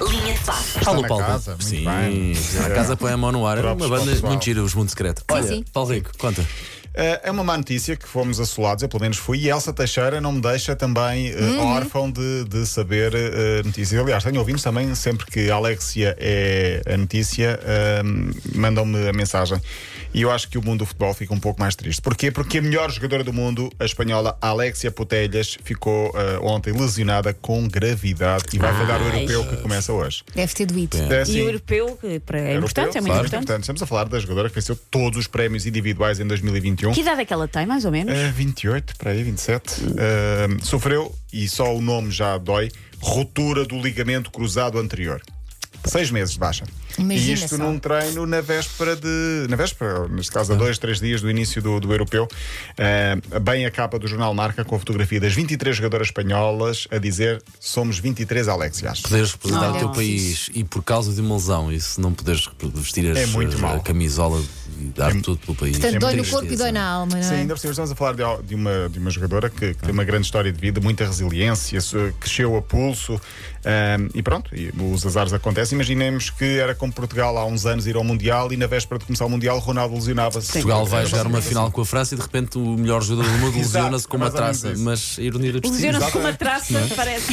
Linha de passe. Paulo na Paulo. casa, muito Sim, bem. está na casa põe a mão no ar. Próprios Uma banda para o pessoal. muito gira, os Mundo Secreto. Olha, sim. Paulo Rico, conta. Eh, É uma má notícia que fomos assolados, eu pelo menos fui, e Elsa Teixeira não me deixa também eh, Uhum. órfão de, de saber eh, notícias. Aliás, tenho ouvintes também, sempre que a Alexia é a notícia, eh, mandam-me a mensagem. E eu acho que o mundo do futebol fica um pouco mais triste. Porquê? Porque a melhor jogadora do mundo, a espanhola Alexia Putelhas, ficou eh, ontem lesionada com gravidade e vai jogar o Ai. europeu que começa hoje. Deve ter doído. É. É E o assim, europeu, que para- é importante, é muito claro. importante. Estamos a falar da jogadora que venceu todos os prémios individuais em 2021. Que idade é que ela tem, mais ou menos? Eh, 28, para aí, 27. Eh, sofreu, e só o nome já dói, rotura do ligamento cruzado anterior. Seis meses de baixa. e Imagina isto só. num treino na véspera de. Na véspera, ou neste caso, a dois, três dias do início do, do europeu. Eh, bem a capa do jornal Marca com a fotografia das 23 jogadoras espanholas a dizer somos 23 Alexias. Poderes representar Olha, o teu que país e por causa de uma lesão, e se não poderes vestir as- É muito as- a mau. camisola e dar tudo pelo país. Portanto, é dói no tristeza. corpo e dói na alma, não Sim, é? ainda por cima estamos a falar de, al- de uma, de uma jogadora que, que tem uma grande história de vida, muita resiliência, se- cresceu a pulso ahm, e pronto, e os azares acontecem. Imaginemos que era como Portugal há uns anos ir ao Mundial e na véspera de começar o Mundial Ronaldo lesionava-se. Portugal vai Era jogar uma basicamente final com a França e de repente o melhor jogador do mundo Exato, lesiona-se com uma mais ou menos traça. isso. Mas a ironia da justiça. Lesionou-se com uma traça, é? parece.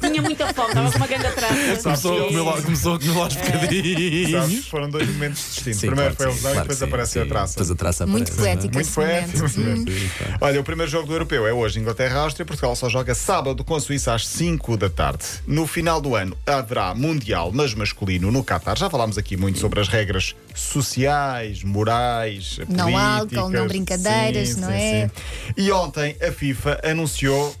Tinha muita fome, estava com uma grande traça. Começou a comer lá- Começou a comer lá os É. assim. bocadinhos. Sabes, foram dois momentos distintos. Sim, Primeiro claro que foi a sim, lesão e claro que depois sim, aparece a sim. traça. Depois a traça Muito aparece, não é? Hum. poético Muito esse momento. Hum. poético. Sim, claro. Olha, o primeiro jogo do europeu é hoje, Inglaterra-Áustria. Portugal só joga sábado com a Suíça às 5 da tarde. No final do ano haverá Mundial, mas masculino, no Qatar. Já falámos aqui muito sobre as regras sociais, morais, Não políticas. álcool, não brincadeiras, não é? sim. E ontem a FIFA anunciou.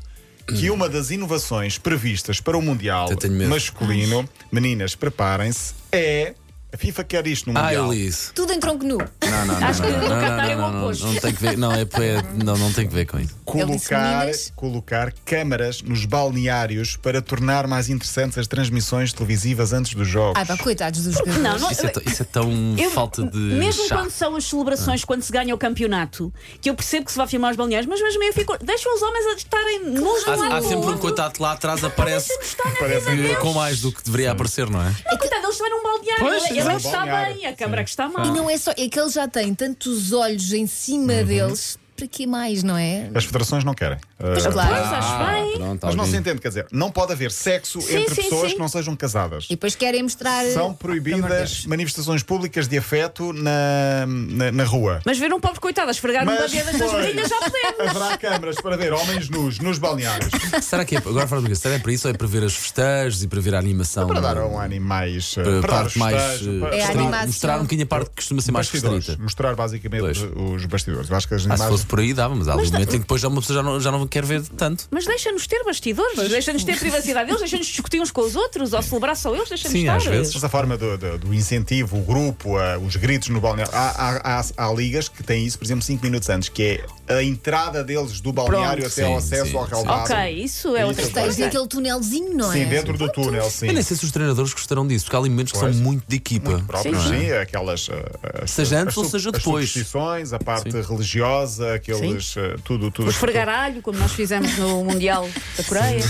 Que uma das inovações previstas para o Mundial Eu tenho medo. masculino, meninas, preparem-se, é. A FIFA quer isto no Ah, Mundial. eu li isso. Tudo em tronco nu. Não, não, não. Acho que não, no não, Qatar é o não, não, não, oposto. não tem que ver. Não, é, é- não, não tem que ver com isso. Ele disse colocar, meninas? colocar câmaras nos balneários para tornar mais interessantes as transmissões televisivas antes dos jogos. Ai, pá, coitados dos jogadores. Não, não. Isso é, eu- tão- isso é tão eu- falta de. Mesmo chá. Ah. quando são as celebrações, quando se ganha o campeonato, que eu percebo que se vai filmar os balneários, mas mesmo eu fico. Deixam os homens a estarem nus de um lado Há, há do sempre um outro. coitado lá atrás, aparece Parece que- que- com mais do que deveria aparecer, não é? Não, coitado, eles estão num balneário. Pois, ele exato. ele está Balneário. bem, a câmara que está mal. E não é só. É que eles já têm tantos olhos em cima Uhum. deles. Para que mais, não é? As federações não querem. Pois Ah, claro. Pois, acho bem. pronto, mas não se alguém- entende, quer dizer, não pode haver sexo Sim, entre sim, pessoas sim. que não sejam casadas. E depois querem mostrar. São Pelo amor de proibidas Deus. manifestações públicas de afeto na, na, na rua. Mas ver um pobre coitado a esfregar uma das das pois, brilhas já podemos. Haverá câmaras para ver homens nus nos balneários. Será que é, agora fora do será que é para isso ou é para ver as festejos e para ver a animação? Para dar a um ânimo mais. eh, para Para a dar parte os mais. festejos, eh, para- É restrita- animação. mostrar um bocadinho a parte que costuma ser mais Bastidores. restrita. Mostrar basicamente Pois. os bastidores. Eu acho que Ah, as se imagens. fosse por aí dava, mas há algum momento em que depois já uma pessoa já não, já não quer ver tanto. Mas deixa-nos ter bastidores, deixa-nos ter privacidade deles, deixa-nos discutir uns com os outros, ou celebrar só eles, deixa-nos Sim, estar. às vezes. Essa forma do, do- do incentivo, o grupo, ah, os gritos no balneário. Há, há- há- há ligas que têm isso, por exemplo, 5 minutos antes, que é a entrada deles do balneário Pronto. até ao Sim, acesso sim, ao sim. relvado. Ok, isso é Isso outra é Tens coisa. naquele tunelzinho, não é? Sim, dentro do túnel, sim. Eu nem sei se os treinadores gostaram disso, porque há ali momentos que são Pois. muito de equipa. Próprios, não é? sim, aquelas. ah, as- Seja antes as ou sub- seja as depois. superstições, a parte religiosa, aqueles. ah, tudo, tudo. O esfregar alho, como nós fizemos no Mundial da Coreia.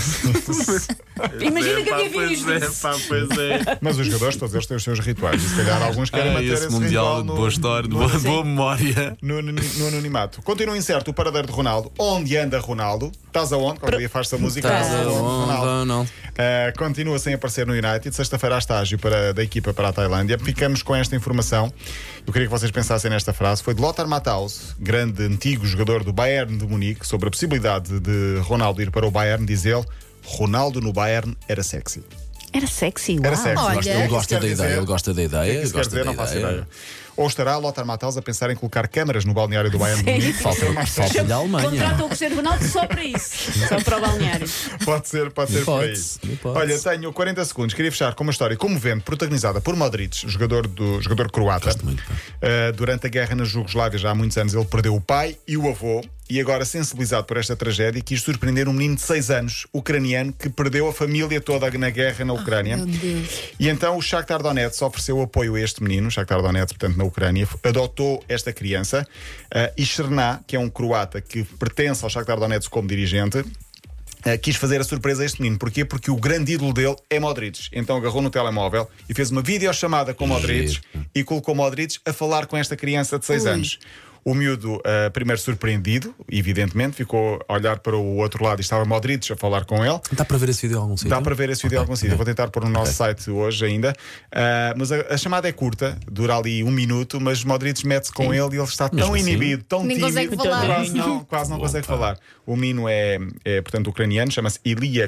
é? Imagina que havia é, vídeos disso. Mas os jogadores, todos eles têm os seus rituais. E se calhar alguns querem Ah, manter esse mundial ritual de no- boa história, de no- boa, boa memória. no, no- no anonimato. Continua incerto o paradeiro de Ronaldo. Onde anda Ronaldo? Estás aonde? Qualquer dia faz-se a música. Estás Estás aonde? aonde, tá, Não. Uh, continua sem aparecer no United. Sexta-feira há estágio para, da equipa para a Tailândia. Ficamos com esta informação. Eu queria que vocês pensassem nesta frase. Foi de Lothar Matthaus, grande antigo jogador do Bayern de Munique, sobre a possibilidade de Ronaldo ir para o Bayern. Diz ele: Ronaldo no Bayern era sexy. Era sexy, Era uau. sexy. Olha, Gosta- ele Ah, Isso gosta quer da dizer- ideia, ele gosta da O que é ideia. que isso quer gosta dizer? da Não faço ideia. ideia. Ou estará Lothar Matthaus a pensar em colocar câmaras no balneário do Bayern de Sim. Munique? Falta- Ser mais falta- sexy. Da Alemanha. Contrata o Cristiano Ronaldo só para isso, só para o balneário. Pode ser, pode ser por aí. Hipótese, hipótese. Olha, tenho 40 segundos. Queria fechar com uma história comovente, protagonizada por Modric, jogador, do, jogador croata. muito, pá. Uh, durante a guerra na Jugoslávia, já há muitos anos, ele perdeu o pai e o avô. E agora, sensibilizado por esta tragédia, quis surpreender um menino de 6 anos, ucraniano, que perdeu a família toda na guerra na Ucrânia. Meu Deus. E então o Shakhtar Donetsk ofereceu apoio a este menino, o Shakhtar Donetsk, portanto, na Ucrânia, f- adotou esta criança. eh, e Cherná, que é um croata que pertence ao Shakhtar Donetsk como dirigente, eh, quis fazer a surpresa a este menino. Porquê? Porque o grande ídolo dele é Modric. Então agarrou no telemóvel e fez uma videochamada com Modric e colocou Modric a falar com esta criança de 6 Ui. anos. O miúdo, eh, primeiro surpreendido, evidentemente, ficou a olhar para o outro lado e estava Modric a falar com ele. Dá para ver esse vídeo em algum sítio? Dá para ver esse vídeo em algum sítio. Vou tentar pôr no nosso site hoje ainda. Ah, mas a, a chamada é curta, dura ali um minuto, mas Modric mete-se com ele e ele está tão assim, Então, inibido, tão nem tímido, consegue falar. quase não, quase não Bom, consegue pá. falar. O menino é, é, portanto, ucraniano, chama-se Ilia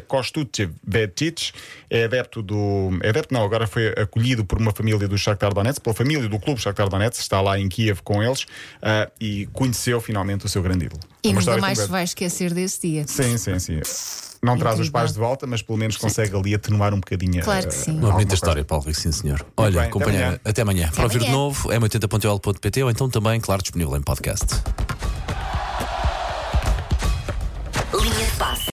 Kostuchevetic, é adepto do. É adepto, não, agora foi acolhido por uma família do Shakhtar Donetsk, pela família do clube Shakhtar Donetsk, está lá em Kiev com eles ah, e conheceu finalmente o seu grande ídolo. E Uma nunca história mais se completa. vai esquecer desse dia. Sim, sim, sim. Não traz os pais de volta, mas pelo menos consegue ali atenuar um bocadinho. Claro que eh, sim. alguma Uma bonita coisa. história, Paulo Rico, sim senhor. Olha, bem, até companheira, amanhã. até amanhã. Para ouvir de amanhã. novo, m80.ol.pt ou então também, claro, disponível em podcast.